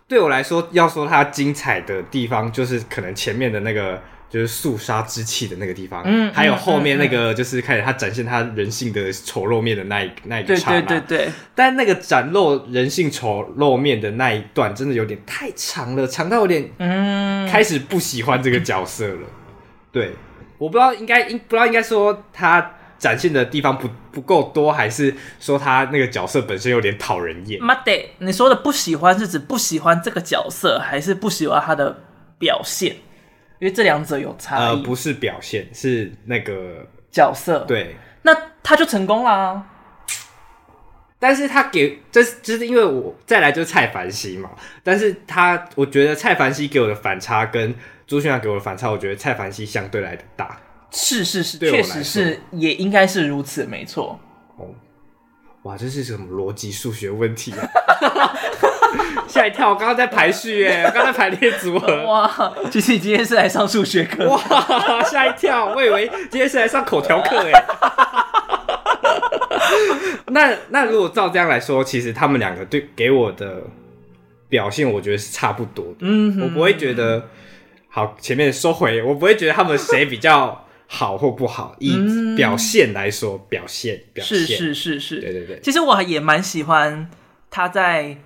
B: 对我来说，要说他精彩的地方，就是可能前面的那个就是肃杀之气的那个地方，
A: 嗯
B: 还有
A: 嗯
B: 后
A: 嗯
B: 面那个就是开始他展现他人性的丑陋面的那一那一个
A: 对
B: 刹那，
A: 对对对，
B: 但那个展露人性丑陋面的那一段，真的有点太长了，长到有点
A: 嗯，
B: 开始不喜欢这个角色了。 *laughs* 对，我不知道应该应不知道应该说他展现的地方不不够多，还是说他那个角色本身有点讨人厌？
A: 妈的，你说的不喜欢是指不喜欢这个角色，还是不喜欢他的表现？因为这两者有差
B: 呃，
A: 异。
B: 不是表现，是那个
A: 角色，，
B: 对。
A: 那他就成功啦。
B: 但是他给，这是就是因为我再来就是蔡凡熙嘛，但是他我觉得蔡凡熙给我的反差跟朱迅阳给我的反差，我觉得蔡凡熙相对来的大。
A: 是是是，
B: 对我
A: 确
B: 来
A: 实是，也应该是如此，没错。
B: 哇，这是什么逻辑数学问题
A: *laughs*
B: 啊！吓一跳，我刚刚在排
A: *laughs*
B: 序耶，我刚刚在排列组合，
A: 哇，其实你今天是来上数学课，
B: 哇，吓一跳，我以为今天是来上口条课耶。 *laughs* 那那如果照这样来说，其实他们两个对给我的表现，我觉得是差不多的。
A: 嗯哼
B: 我不会觉得好，前面收回，我不会觉得他们谁比较好或不好，以
A: 嗯
B: 表现来说，表现表现
A: 是是是是，
B: 对对对
A: 其实我也蛮喜欢他在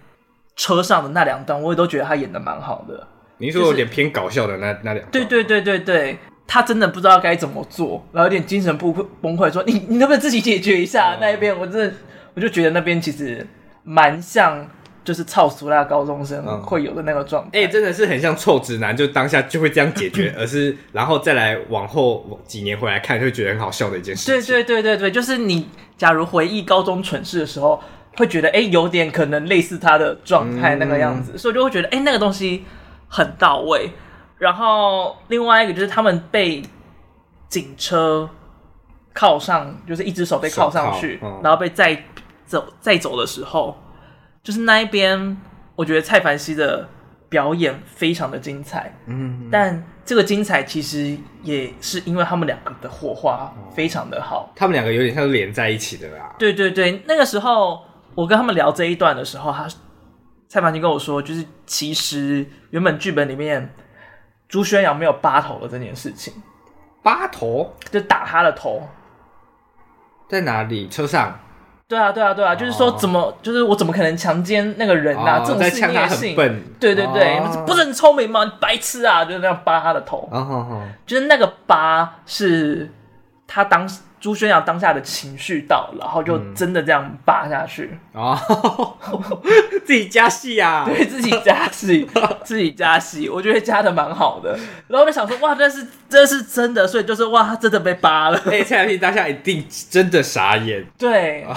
A: 车上的那两段，我也都觉得他演的蛮好的。
B: 您说有点偏搞笑的那那两段，
A: 对对对对对，他真的不知道该怎么做，然后有点精神崩溃崩溃，说你你能不能自己解决一下、那一边？我真的我就觉得那边其实蛮像就是操俗辣高中生
B: 嗯
A: 会有的那个状态。
B: 哎、真的是很像臭直男，就当下就会这样解决，
A: *laughs*
B: 而是然后再来往后几年回来看，就会觉得很好笑的一件事
A: 对
B: 情。
A: 对对对对，就是你假如回忆高中蠢事的时候，会觉得哎、诶有点可能类似他的状态那个样
B: 嗯
A: 子，所以就会觉得哎、诶那个东西很到位。然后另外一个就是他们被警车铐上，就是一只手被铐上去
B: 手，铐嗯
A: 然后被载走载走的时候，就是那一边，我觉得蔡凡熙的表演非常的精彩。
B: 嗯，
A: 但这个精彩其实也是因为他们两个的火花
B: 哦
A: 非常的好。
B: 他们两个有点像是连在一起的啦。
A: 对对对，那个时候我跟他们聊这一段的时候，他蔡凡金跟我说，就是其实原本剧本里面朱宣阳没有八头的这件事情，
B: 八头
A: 就打他的头。
B: 在哪里？车上
A: 对啊，对啊，对啊，就是说
B: 哦
A: 怎么，就是我怎么可能强奸那个人呐、啊？
B: 哦
A: 这种
B: 在
A: 事
B: 呛
A: 你
B: 他
A: 也
B: 很
A: 信？
B: 笨。
A: 对对对，
B: 哦
A: 不是很聪明吗？你白痴啊！就那样扒他的头。
B: 哦哦哦
A: 就是那个疤是他当时朱轩阳当下的情绪到，然后就
B: 嗯
A: 真的这样扒下去，
B: 哦， *laughs* 自己加戏啊！
A: 对自己加戏，自己加戏，我觉得加的蛮好的。然后我就想说，哇，这是这是真的，所以就是哇，他真的被扒了，
B: 哎，蔡雅萍当下一定真的傻眼，
A: 对
B: 啊。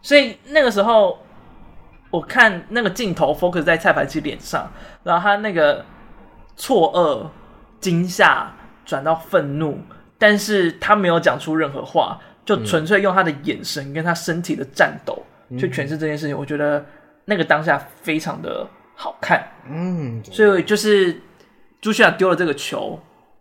A: 所以那个时候，我看那个镜头 focus 在蔡凡熙脸上，然后他那个错愕、惊吓转到愤怒，但是他没有讲出任何话，就纯粹用他的眼神跟他身体的颤抖、去诠释这件事情。我觉得那个当下非常的好看，
B: 嗯，
A: 所以就是朱旭阳丢了这个球，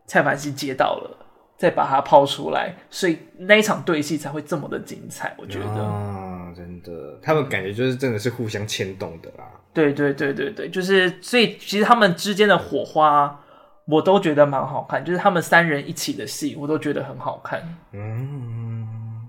A: 蔡凡熙接到了。再把它抛出来，所以那一场对戏才会这么的精彩。我觉得，
B: 啊，真的，他们感觉就是真的是互相牵动的啦。
A: 对对对对对，就是所以其实他们之间的火花，我都觉得蛮好看，就是他们三人一起的戏，我都觉得很好看。
B: 嗯，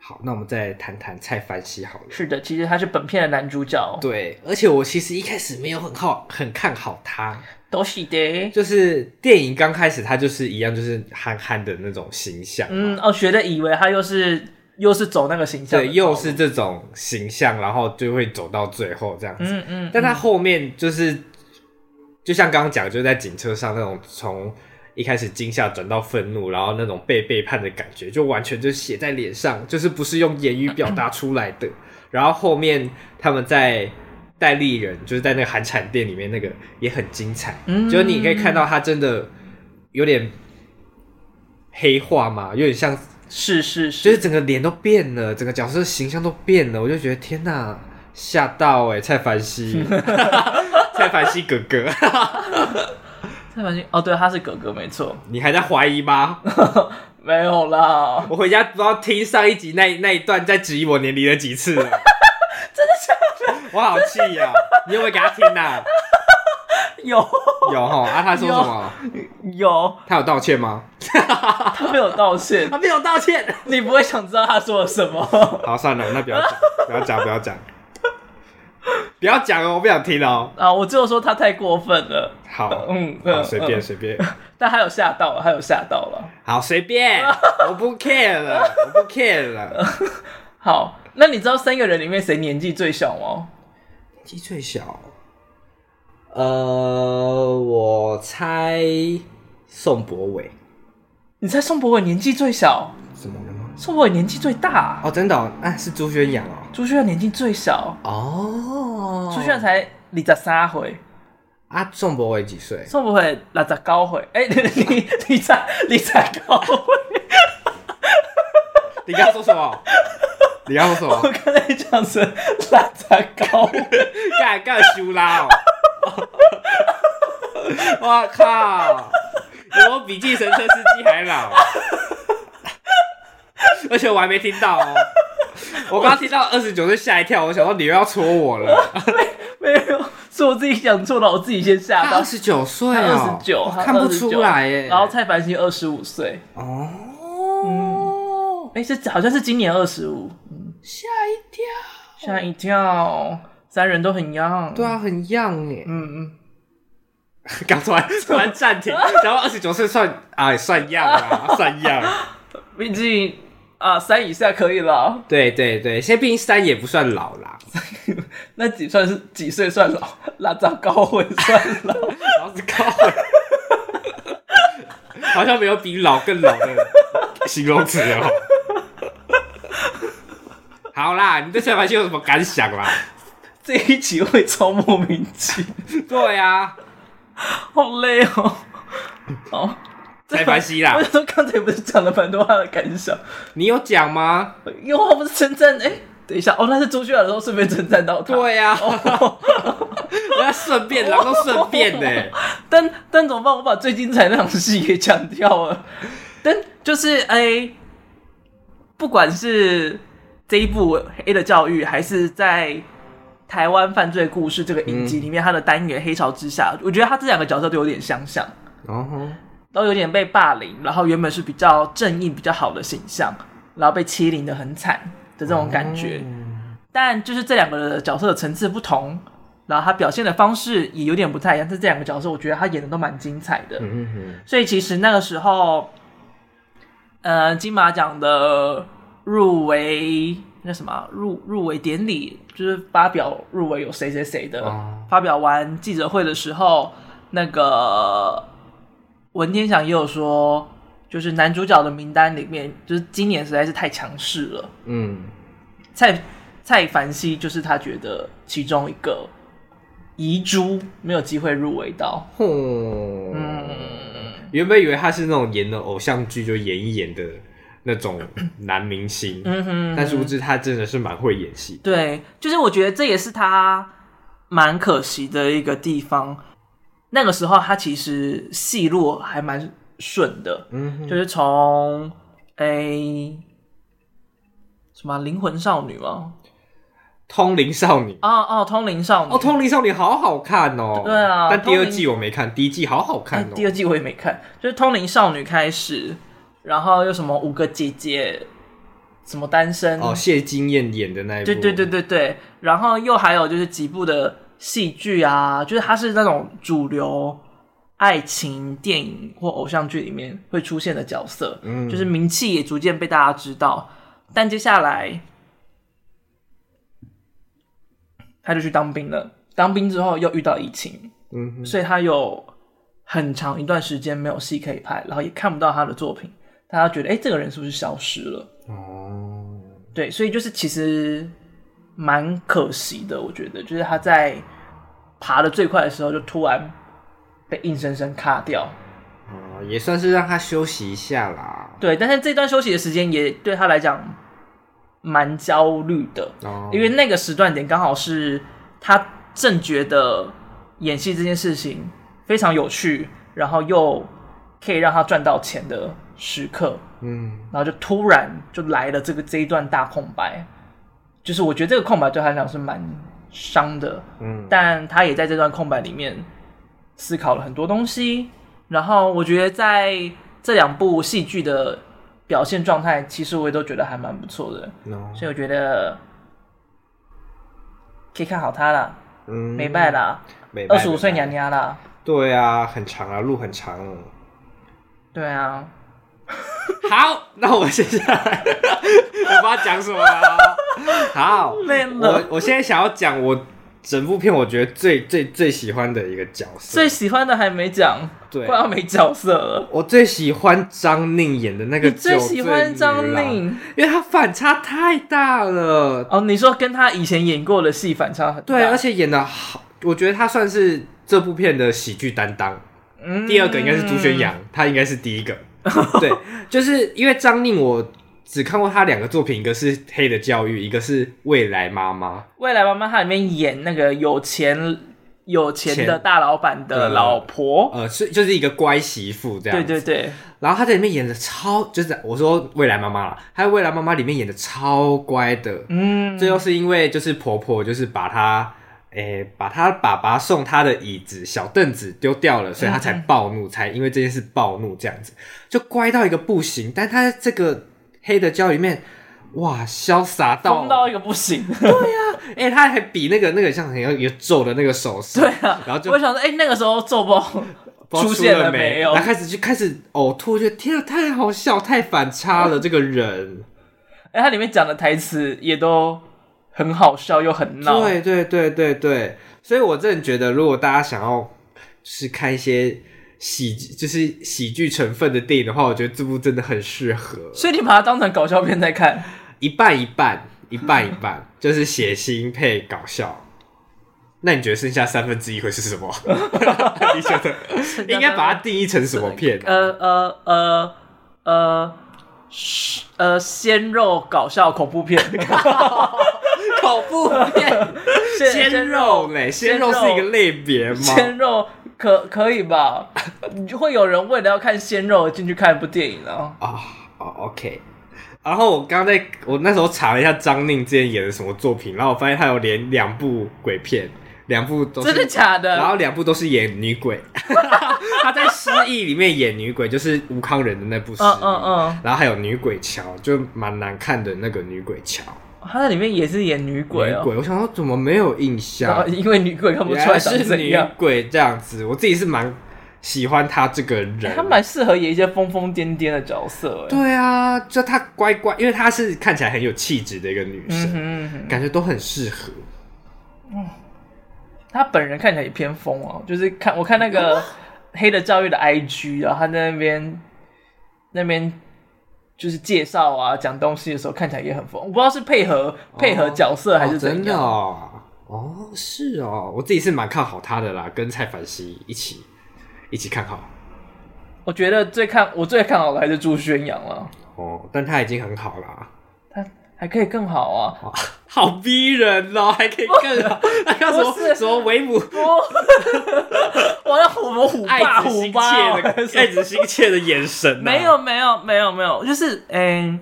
B: 好，那我们再谈谈蔡凡熙好了。
A: 是的，其实他是本片的男主角，
B: 对，而且我其实一开始没有很好很看好他，
A: 都是的。
B: 就是电影刚开始他就是一样，就是憨憨的那种形象，
A: 嗯，哦，学的以为他又是又是走那个形象的道
B: 对，
A: 路，
B: 又是这种形象，然后就会走到最后这样子。
A: 嗯嗯，
B: 但他后面就是，就像刚刚讲，就是在警车上那种从一开始惊吓转到愤怒，然后那种被背叛的感觉，就完全就写在脸上，就是不是用言语表达出来的。然后后面他们在代理人，就是在那个韩产店里面那个也很精彩，
A: 嗯
B: 就是你可以看到他真的有点黑化嘛，有点像，
A: 是是，
B: 就是是整个脸都变了，整个角色形象都变了，我就觉得天哪，吓到哎、蔡凡 *laughs* 熙。蔡凡熙哥 *laughs* 哥，
A: 蔡凡熙哦，对，他是哥哥，没错，
B: 你还在怀疑吗？
A: 没有啦，
B: 我回家不知道听上一集那那一段，在质疑我年龄了几 *laughs* 次了。真的假的？我好气呀、你有没有给他听啊？
A: *laughs* 有
B: *laughs* 有哈，啊，他说什么？
A: 有，
B: 他有道歉吗？
A: 他没有道
B: *laughs*
A: 歉，
B: 他没有道歉。
A: 你不会想知道他说了什么。 *laughs*
B: 好，算了，那不要讲，不要讲，不要讲，不要讲哦，我不想听哦。
A: 啊，我只有说他太过分了，
B: 好，
A: 嗯
B: 哦好，随便
A: 嗯
B: 随便，
A: 但他有吓到了，他有吓到了。
B: 好随便，我不 care 了，我不 care 了。
A: 好，那你知道三个人里面谁年纪最小吗？
B: 鸡最小，呃，我猜宋博伟，
A: 你猜宋博伟年纪最小，
B: 怎么了吗？
A: 宋博伟年纪最大，
B: 哦，真的、哦，啊，是朱宣阳哦。
A: 朱轩年纪最小，
B: 哦，
A: 朱轩才二十三岁，
B: 啊，宋博伟几岁？
A: 宋博伟二十九岁，哎、 *laughs* 你你你才你才高岁，
B: 你刚刚说什么？你刚刚说
A: *laughs*
B: 什
A: 我
B: 么？
A: 刚才讲成二十高岁，
B: *laughs* 干干修啦、哦！ *laughs* 我靠，比我比计程车司机还老， *laughs* 而且我还没听到哦。我刚刚听到二十九岁吓一跳，我想说你又要戳我
A: *laughs*
B: 了。
A: 没有，是我自己讲错了，我自己先吓到。
B: 十九岁哦
A: 他二十九，他
B: 看不
A: 29
B: 出来耶。
A: 然后蔡凡熙二十五岁，
B: 哦，
A: 哎、是好像是今年二十五，
B: 吓一跳。
A: 吓一跳，三人都很 young。
B: 对，啊，很 young 耶。 *laughs*
A: 嗯嗯，
B: 刚突然突然暂停，然后二十九岁算啊算样啊算样。
A: 毕竟啊，三以下可以了， *laughs*
B: 对对对，现在毕竟三也不算老啦，
A: 那几算是几岁算老？拉到高会算老？
B: 然后是高了， *laughs* 好像没有比老更老的形容词了 *laughs* 哦。好啦，你对蔡凡熙有什么感想啦？
A: *laughs* 这一集会超莫名其妙，
B: 对啊，
A: 好累哦。哦，
B: 蔡凡啊熙啦
A: *laughs* 我，想说刚才不是讲了蛮多他的感想，
B: *laughs* 你有讲吗？
A: *laughs* 因为我不是称赞哎。等一下，哦，那是朱雀的时候顺便称赞到他。
B: 对呀、啊，
A: 哦，
B: 我要顺便，然后顺便呢、
A: *laughs* 但但怎么办？我把最精彩那场戏也讲掉了。 *laughs* 但就是哎、不管是这一部《黑的教育》，还是在台湾犯罪故事这个影集里面，他的单元《黑潮之下》，我觉得他这两个角色都有点相像，
B: 哦，
A: 都有点被霸凌，然后原本是比较正义、比较好的形象，然后被欺凌的很惨的这种感
B: 哦
A: 觉。但就是这两个角色的层次不同，然后他表现的方式也有点不太一样。但这两个角色，我觉得他演的都蛮精彩的。
B: 嗯哼
A: 所以其实那个时候，呃，金马奖的入围那什么入入围典礼，就是发表入围有谁谁谁的。
B: 哦
A: 发表完记者会的时候，那个文天祥也有说，就是男主角的名单里面，就是今年实在是太强势了。
B: 嗯，
A: 蔡蔡凡熙就是他觉得其中一个遗珠没有机会入围到，
B: 哦哼，
A: 嗯，
B: 原本以为他是那种演的偶像剧就演一演的那种男明星，
A: 嗯哼
B: 但殊不知他真的是蛮会演戏。
A: 对，就是我觉得这也是他蛮可惜的一个地方。那个时候他其实戏路还蛮顺的，
B: 嗯哼，
A: 就是从诶、什么啊灵魂少女吗？
B: 通灵少女
A: 哦哦，通灵少女
B: 哦，通灵少女好好看哦。
A: 对啊
B: 但第
A: 通
B: 二
A: 灵
B: 季我没看，第一季好好看
A: 哎
B: 哦。
A: 第二季我也没看，就是《通灵少女》开始，然后又什么五个姐姐什么单身
B: 哦，谢金燕演的那
A: 嗯
B: 一部，
A: 对对对对对，然后又还有就是几部的戏剧啊，就是它是那种主流爱情电影或偶像剧里面会出现的角色，
B: 嗯
A: 就是名气也逐渐被大家知道。但接下来他就去当兵了，当兵之后又遇到疫情，
B: 嗯哼，
A: 所以他有很长一段时间没有戏可以拍，然后也看不到他的作品，大家觉得哎、诶这个人是不是消失了？
B: 哦，
A: 对，所以就是其实蛮可惜的，我觉得，就是他在爬的最快的时候，就突然被硬生生卡掉。
B: 哦，也算是让他休息一下啦。
A: 对，但是这段休息的时间也对他来讲蛮焦虑的，
B: 哦，
A: 因为那个时段点刚好是他正觉得演戏这件事情非常有趣，然后又可以让他赚到钱的时刻。
B: 嗯，
A: 然后就突然就来了这个这一段大空白，就是我觉得这个空白对他来讲是蛮伤的，
B: 嗯
A: 但他也在这段空白里面思考了很多东西。然后我觉得在这两部戏剧的表现状态，其实我也都觉得还蛮不错的，
B: 哦
A: 所以我觉得可以看好他啦，
B: 嗯，
A: 没败，啦，
B: 没败，
A: 二十五岁
B: 没败
A: 娘，娘啦，
B: 对啊，很长啊，路很长哦。
A: 对啊，
B: 好，那我接下来 *laughs* 我不知道讲什么了。好，
A: 累
B: 我
A: 了。
B: 我现在想要讲我整部片我觉得最最最喜欢的一个角色，
A: 最喜欢的还没讲，
B: 对
A: 快要没角色了。
B: 我最喜欢张宁演的那个
A: 你
B: 酒醉
A: 最
B: 女郎，
A: 喜欢张宁？
B: 因为他反差太大了。
A: 哦，你说跟他以前演过的戏反差很大，
B: 对，而且演的好，我觉得他算是这部片的喜剧担当。
A: 嗯
B: 第二个应该是朱宣阳，他应该是第
A: *laughs*
B: 一个。对，就是因为张宁，我只看过他两个作品，一个是《黑的教育》，一个是《未来妈妈
A: 未来妈妈》，它里面演那个有钱有钱的大老板的老》。婆，
B: 呃，是就是一个乖媳妇这样
A: 对
B: 子。
A: 对对，
B: 然后他在里面演的超，就是我说未来妈妈啦，他在未来妈妈里面演的超乖的。
A: 嗯，
B: 最后是因为就是婆婆就是把她，诶、把她爸爸送她的椅子小凳子丢掉了，所以她才暴怒，才因为这件事暴怒这样子，就乖到一个不行。但她在这个黑的胶里面，哇，潇洒到
A: 疯，到一个不行。
B: 诶、她还比那个那个像很有有皱的那个手势，
A: 对啊，
B: 然后 *laughs* 就
A: 我想说，哎，那个时候做不
B: 不知道
A: 出现
B: 了
A: 没有
B: 然后？开始就开始呕吐，我觉得天啊，太好笑，太反差
A: *laughs*
B: 了，这个人。
A: 哎，它里面讲的台词也都很好笑又很闹，
B: 对对对对对，所以我真的觉得，如果大家想要就是看一些喜剧就是喜剧成分的电影的话，我觉得这部真的很适合，
A: 所以你把它当成搞笑片在看。
B: 一半一半，一半一半， *laughs* 就是血腥配搞笑。那你觉得剩下三分之一会是什 *laughs* 么？你觉得应该把它定义成什么片？啊
A: 呃呃呃呃是呃鲜肉搞笑恐怖
B: *laughs*
A: 片，
B: 恐怖片， *laughs* 鲜肉嘞，鲜肉是一个类别吗？
A: 鲜肉可可以吧？会有人为了要看鲜肉而进去看一部电影啊？
B: 啊、哦，OK。然后我刚刚在我那时候查了一下张宁之前演的什么作品，然后我发现他有连两部鬼片，两部都是
A: 真的假
B: 然
A: 的？
B: 后两部都是演女
A: *laughs*
B: 鬼。他在《失忆》里面演女鬼，就是吴康仁的那部《失忆
A: 嗯》嗯嗯，
B: 然后还有《女鬼桥》，就蛮难看的那个《女鬼桥》。
A: 他在里面也是演女鬼
B: 女
A: 哦、
B: 鬼，我想说怎么没有印
A: 然后
B: 象？
A: 因为女鬼看不
B: 原
A: 出来
B: 来
A: 长
B: 是
A: 怎
B: 女
A: 样，
B: 鬼这样子，我自己是蛮喜欢他这个人。
A: 哎他蛮适合演一些疯疯癫癫的角色、哎，
B: 对啊，就她乖乖，因为她是看起来很有气质的一个女
A: 嗯
B: 生，
A: 哼嗯哼，
B: 感觉都很适合。
A: 他本人看起来也偏疯哦、就是看我看那
B: *laughs*
A: 个黑的教育的 IG，然后他在那边那边。就是介绍啊，讲东西的时候看起来也很疯，我不知道是配合配合角色还是
B: 哦
A: 怎
B: 真的
A: 样。
B: 哦，哦是哦，我自己是蛮看好她的啦，跟蔡凡熙一起一起看好
A: 我觉得最看我最看好的还是朱宣阳了，
B: 哦，但她已经很好啦。
A: 他还可以更好啊。
B: 哦好逼人哦， *laughs* 还可以
A: *laughs*
B: 更好，那叫什
A: 不是
B: 么什么维姆
A: *laughs* 我要虎魔虎
B: 哦爱
A: 爸
B: 子
A: 虎
B: 心
A: 爸
B: 切
A: 哦，
B: 的 *laughs* 爱子心切的眼神、啊，
A: *laughs* 没有没有没有没有，就是嗯，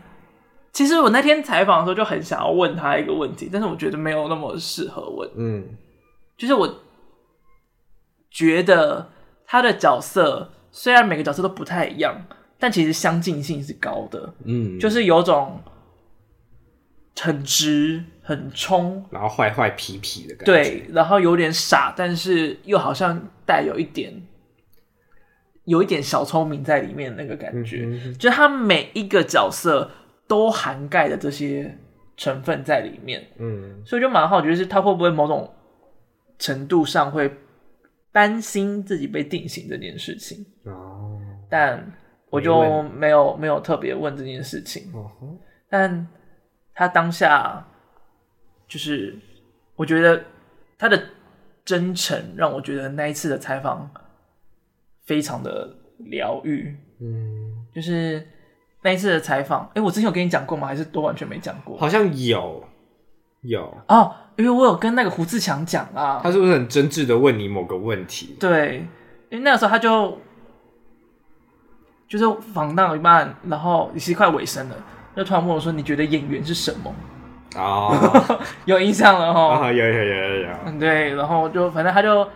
A: 其实我那天采访的时候就很想要问他一个问题，但是我觉得没有那么适合问，
B: 嗯
A: 就是我觉得他的角色虽然每个角色都不太一样，但其实相近性是高的，
B: 嗯，
A: 就是有种很直、很冲，
B: 然后坏坏痞痞的感觉。，
A: 对，然后有点傻，但是又好像带有一点，有一点小聪明在里面那个感觉，
B: 嗯哼
A: 就他每一个角色都涵盖的这些成分在里面，
B: 嗯，
A: 所以就蛮好奇，就是他会不会某种程度上会担心自己被定型这件事情，
B: 哦，
A: 但我
B: 没
A: 就
B: 问
A: 没有没有特别问这件事情，
B: 哦吼
A: 但他当下就是，我觉得他的真诚让我觉得那一次的采访非常的疗愈。
B: 嗯，
A: 就是那一次的采访，诶，我之前有跟你讲过吗？还是都完全没讲过？
B: 好像有有，
A: 哦，因为我有跟那个胡志强讲啊
B: 他，是不是很真挚的问你某个问题？
A: 对，因为那个时候他就就是访到一半，然后也是快尾声了，就突然问我说：“你觉得演员是什么
B: 哦，？”
A: 有印象了哈。
B: 啊，有有有有 *laughs* 有，
A: 嗯，对，然后就反正他就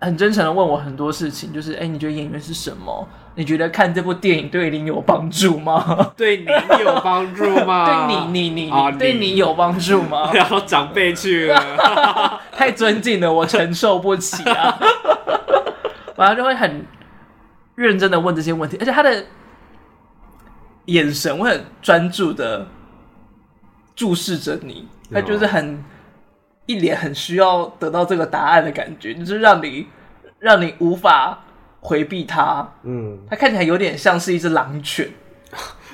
A: 很真诚的问我很多事情，就是哎、诶你觉得演员是什么？你觉得看这部电影对你有帮助吗？
B: 对你有帮助
A: *laughs*
B: 吗？
A: 对你，你你你、
B: 啊
A: 对你有帮助吗
B: *laughs* ？然后长辈去
A: *laughs*
B: 了，
A: 太尊敬了，我承受不起啊！然后就会很认真的问这些问题，而且他的眼神会很专注的注视着你，他就是很一脸很需要得到这个答案的感觉，就是让你让你无法回避他。
B: 嗯，
A: 他看起来有点像是一只狼犬，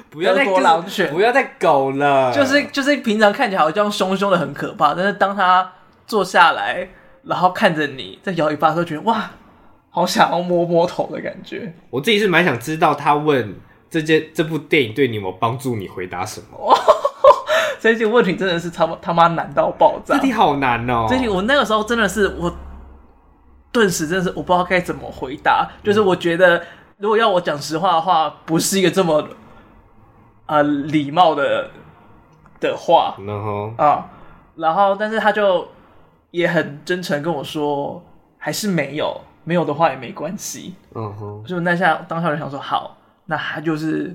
B: 不要再
A: 德国狼犬
B: 不要再狗了，
A: 就是就是平常看起来好像凶凶的很可怕，但是当他坐下来，然后看着你在摇尾巴的时候，觉得哇，好想要摸摸头的感觉。
B: 我自己是蛮想知道他问这件这部电影对你有没有帮助，你回答什么？
A: 这些问题真的是他妈他妈难到爆炸
B: 这。题好难哦，
A: 这题我那个时候真的是我，顿时真的是我不知道该怎么回答。
B: 嗯
A: 就是我觉得，如果要我讲实话的话，不是一个这么呃礼貌的的话。
B: 然后
A: 啊、然后但是他就也很真诚跟我说，还是没有，没有的话也没关系。
B: 嗯哼，
A: 所以我那下当下我就想说，好，那他就是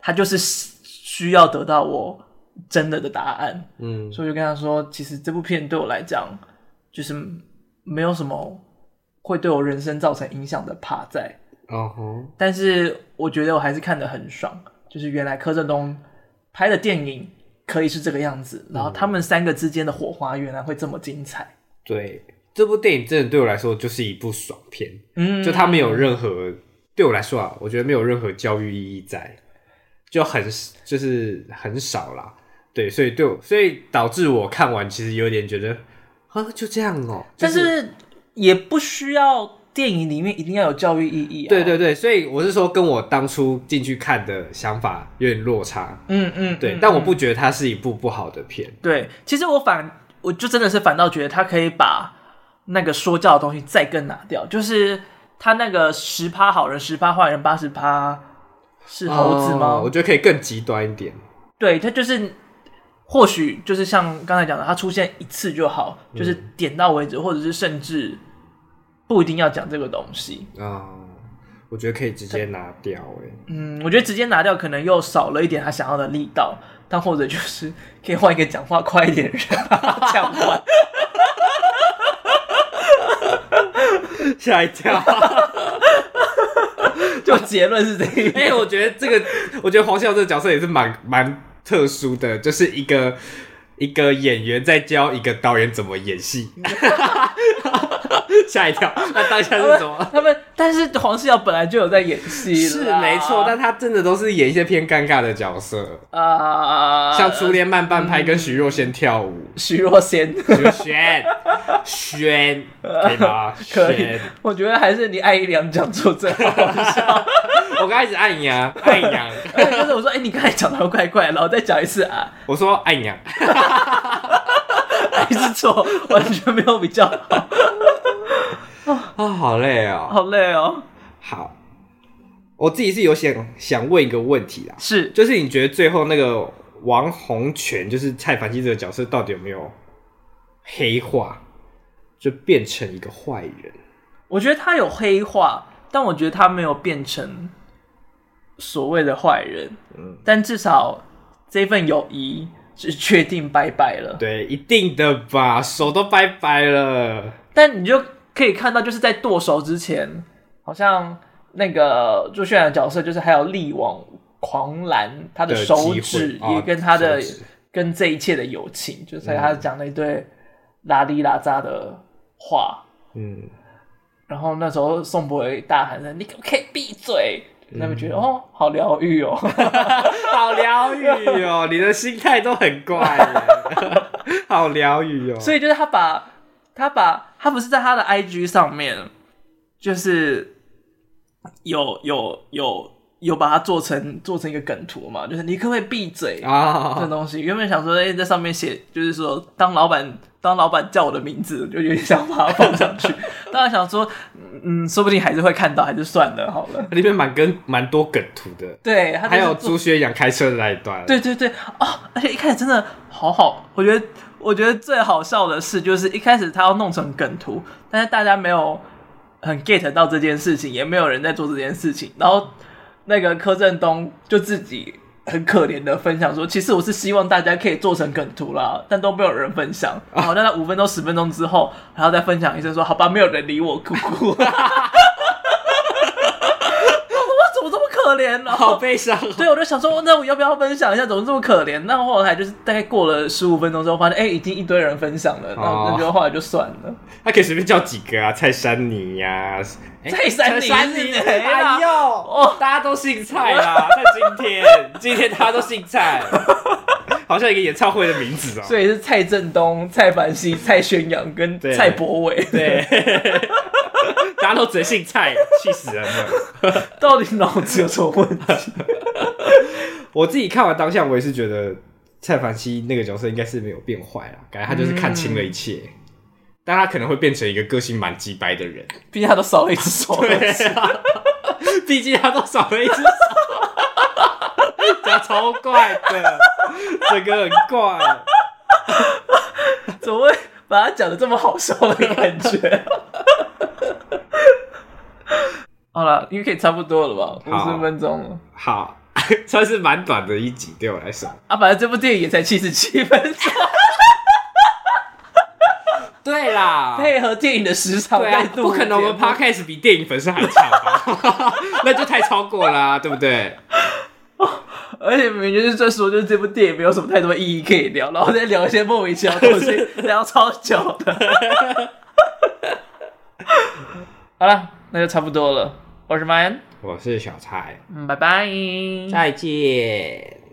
A: 他就是需要得到我真的的答案，
B: 嗯
A: 所以我就跟他说，其实这部片对我来讲就是没有什么会对我人生造成影响的怕在，
B: 嗯哼，
A: 但是我觉得我还是看得很爽，就是原来柯震东拍的电影可以是这个样子，然后他们三个之间的火花原来会这么精彩。
B: 对，这部电影真的对我来说就是一部爽片，
A: 嗯
B: 就它没有任何对我来说啊，我觉得没有任何教育意义在，就很就是很少啦。对，所以对我，所以导致我看完其实有点觉得，啊，就这样哦、就
A: 但是也不需要电影里面一定要有教育意义、啊。
B: 对，对对，所以我是说，跟我当初进去看的想法有点落差。
A: 嗯嗯，
B: 对，
A: 嗯
B: 但我不觉得它是一部不好的片。
A: 对。其实我反，我就真的是反倒觉得他可以把那个说教的东西再更拿掉，就是他那个十趴好人、十趴坏人、八十趴是猴子吗？
B: 哦我觉得可以更极端一点。
A: 对，他就是或许就是像刚才讲的，他出现一次就好，就是
B: 嗯
A: 点到为止，或者是甚至不一定要讲这个东西。
B: 啊、我觉得可以直接拿掉、欸。
A: 嗯，我觉得直接拿掉可能又少了一点他想要的力道，但或者就是可以换一个讲话快一点的人讲完。 *laughs*
B: 吓一跳！
A: 就结论是这个。
B: 哎、我觉得这个，我觉得黄孝这个角色也是蛮蛮特殊的，就是一个一个演员在教一个导演怎么演戏。 *laughs* 吓一跳！那当下是什
A: *laughs*
B: 么？
A: 他们，但是黄世尧本来就有在演戏啦，
B: 是没错，但他真的都是演一些偏尴尬的角色，
A: 啊、
B: 像《初恋慢
A: 嗯
B: 半拍》跟徐若瑄跳舞，
A: *laughs* 徐若瑄，
B: 徐若瑄，瑄可以吗？
A: *laughs* 可以
B: 瑄，
A: 我觉得还是你艾姨良讲出最好笑。
B: *laughs* 我刚开始按娘，按娘，
A: 对，就是我说，哎、你刚才讲的怪怪，然后再讲一次啊，
B: *laughs* 我说按娘，
A: 还是错， *laughs* 完全没有比较好，
B: *laughs* 啊，好累哦。
A: 好累哦。
B: 好，我自己是有想想问一个问题啦，
A: 是，
B: 就是你觉得最后那个王洪全，就是蔡凡熙这个角色，到底有没有黑化，就变成一个坏人？
A: 我觉得他有黑化，但我觉得他没有变成所谓的坏人。
B: 嗯
A: 但至少这份友谊是确定拜拜了。
B: 对，一定的吧，手都拜拜了。
A: 但你就可以看到，就是在剁手之前，好像那个朱炫的角色就是还有力挽狂澜，他的
B: 的
A: 手
B: 机
A: 指
B: 会
A: 也
B: 哦
A: 跟他的、
B: 手指
A: 跟这一切的友情，就是他讲了一堆拉里拉扎的话，
B: 嗯，
A: 然后那时候宋博伟大喊着：“你可不可以闭嘴？”那边觉得、哦，好疗愈哦。 *laughs*
B: 好疗愈哦，你的心态都很怪耶， *laughs* 好疗愈哦。
A: 所以就是他把他把他不是在他的 IG 上面，就是有有有有把它做成做成一个梗图嘛，就是你可不可以闭嘴这
B: 啊，
A: 东西。原本想说，哎、在上面写就是说当老板当老板叫我的名字，就有点想把它放上
B: *laughs*
A: 去。当然想说，嗯，嗯说不定还是会看到，还是算了好了。
B: 里面蛮跟蛮多梗图的，
A: 对，他就是
B: 还有
A: 做
B: 朱学阳开车的那一段。
A: 对对对哦，而且一开始真的好好，我觉得我觉得最好笑的是，就是一开始他要弄成梗图，但是大家没有很 get 到这件事情，也没有人在做这件事情，然后那个柯震东就自己。很可怜的分享说，其实我是希望大家可以做成梗图啦，但都没有人分享。然后大概五分钟、十分钟之后，然后再分享一声说：“好吧，没有人理我，哭 *laughs* 哭。”我说哇，怎么这么可怜啊呢、
B: 好悲伤哦。
A: *laughs* 对，我就想说，那我要不要分享一下？怎么这么可怜？那后来就是大概过了十五分钟之后，发现哎、已经一堆人分享了，那
B: 哦
A: 我就觉得后来就算了。
B: 他可以随便叫几个啊，蔡珊妮呀、哎
A: 蔡珊妮
B: 蔡珊
A: 是谁啊
B: 哎呦，
A: 哦
B: 大家都姓蔡啦，在今天，今天大家都姓蔡， *laughs* 好像一个演唱会的名字哦、
A: 所以是蔡振东、蔡凡熙、蔡宣阳跟
B: 对
A: 蔡博伟，
B: 对， *laughs* 大家都只能姓蔡，气死人了。
A: *laughs* 到底脑子有什么问题？
B: 我自己看完当下，我也是觉得蔡凡熙那个角色应该是没有变坏啦，感觉他就是看清了一切，但他可能会变成一个个性蛮鸡掰的人。
A: 毕竟他都少了一只手，
B: 对啊，毕竟他都少了一只手，讲超怪的，整个很怪。
A: *laughs* 怎么会把他讲的这么好笑的感觉？ *laughs* 好了，因为可以差不多了吧，
B: 好
A: 五十分钟了
B: 好， *laughs* 算是蛮短的一集对我来说。
A: 啊，反正这部电影也才七十七分钟，
B: 对啦
A: 配合电影的时长
B: 对啊啊
A: 再，度
B: 不可能我们 podcast 比电影粉丝还长 *laughs* 吧？那就太超过啦、对不对？
A: *laughs* 而且明明就是在说，就是这部电影没有什么太多意义可以聊，然后再聊一些莫名其妙 *laughs* 的东西，聊超久的。 *laughs* 好了，那就差不多了。我是 m a n
B: 我是小蔡，
A: 嗯，拜拜。
B: 再见。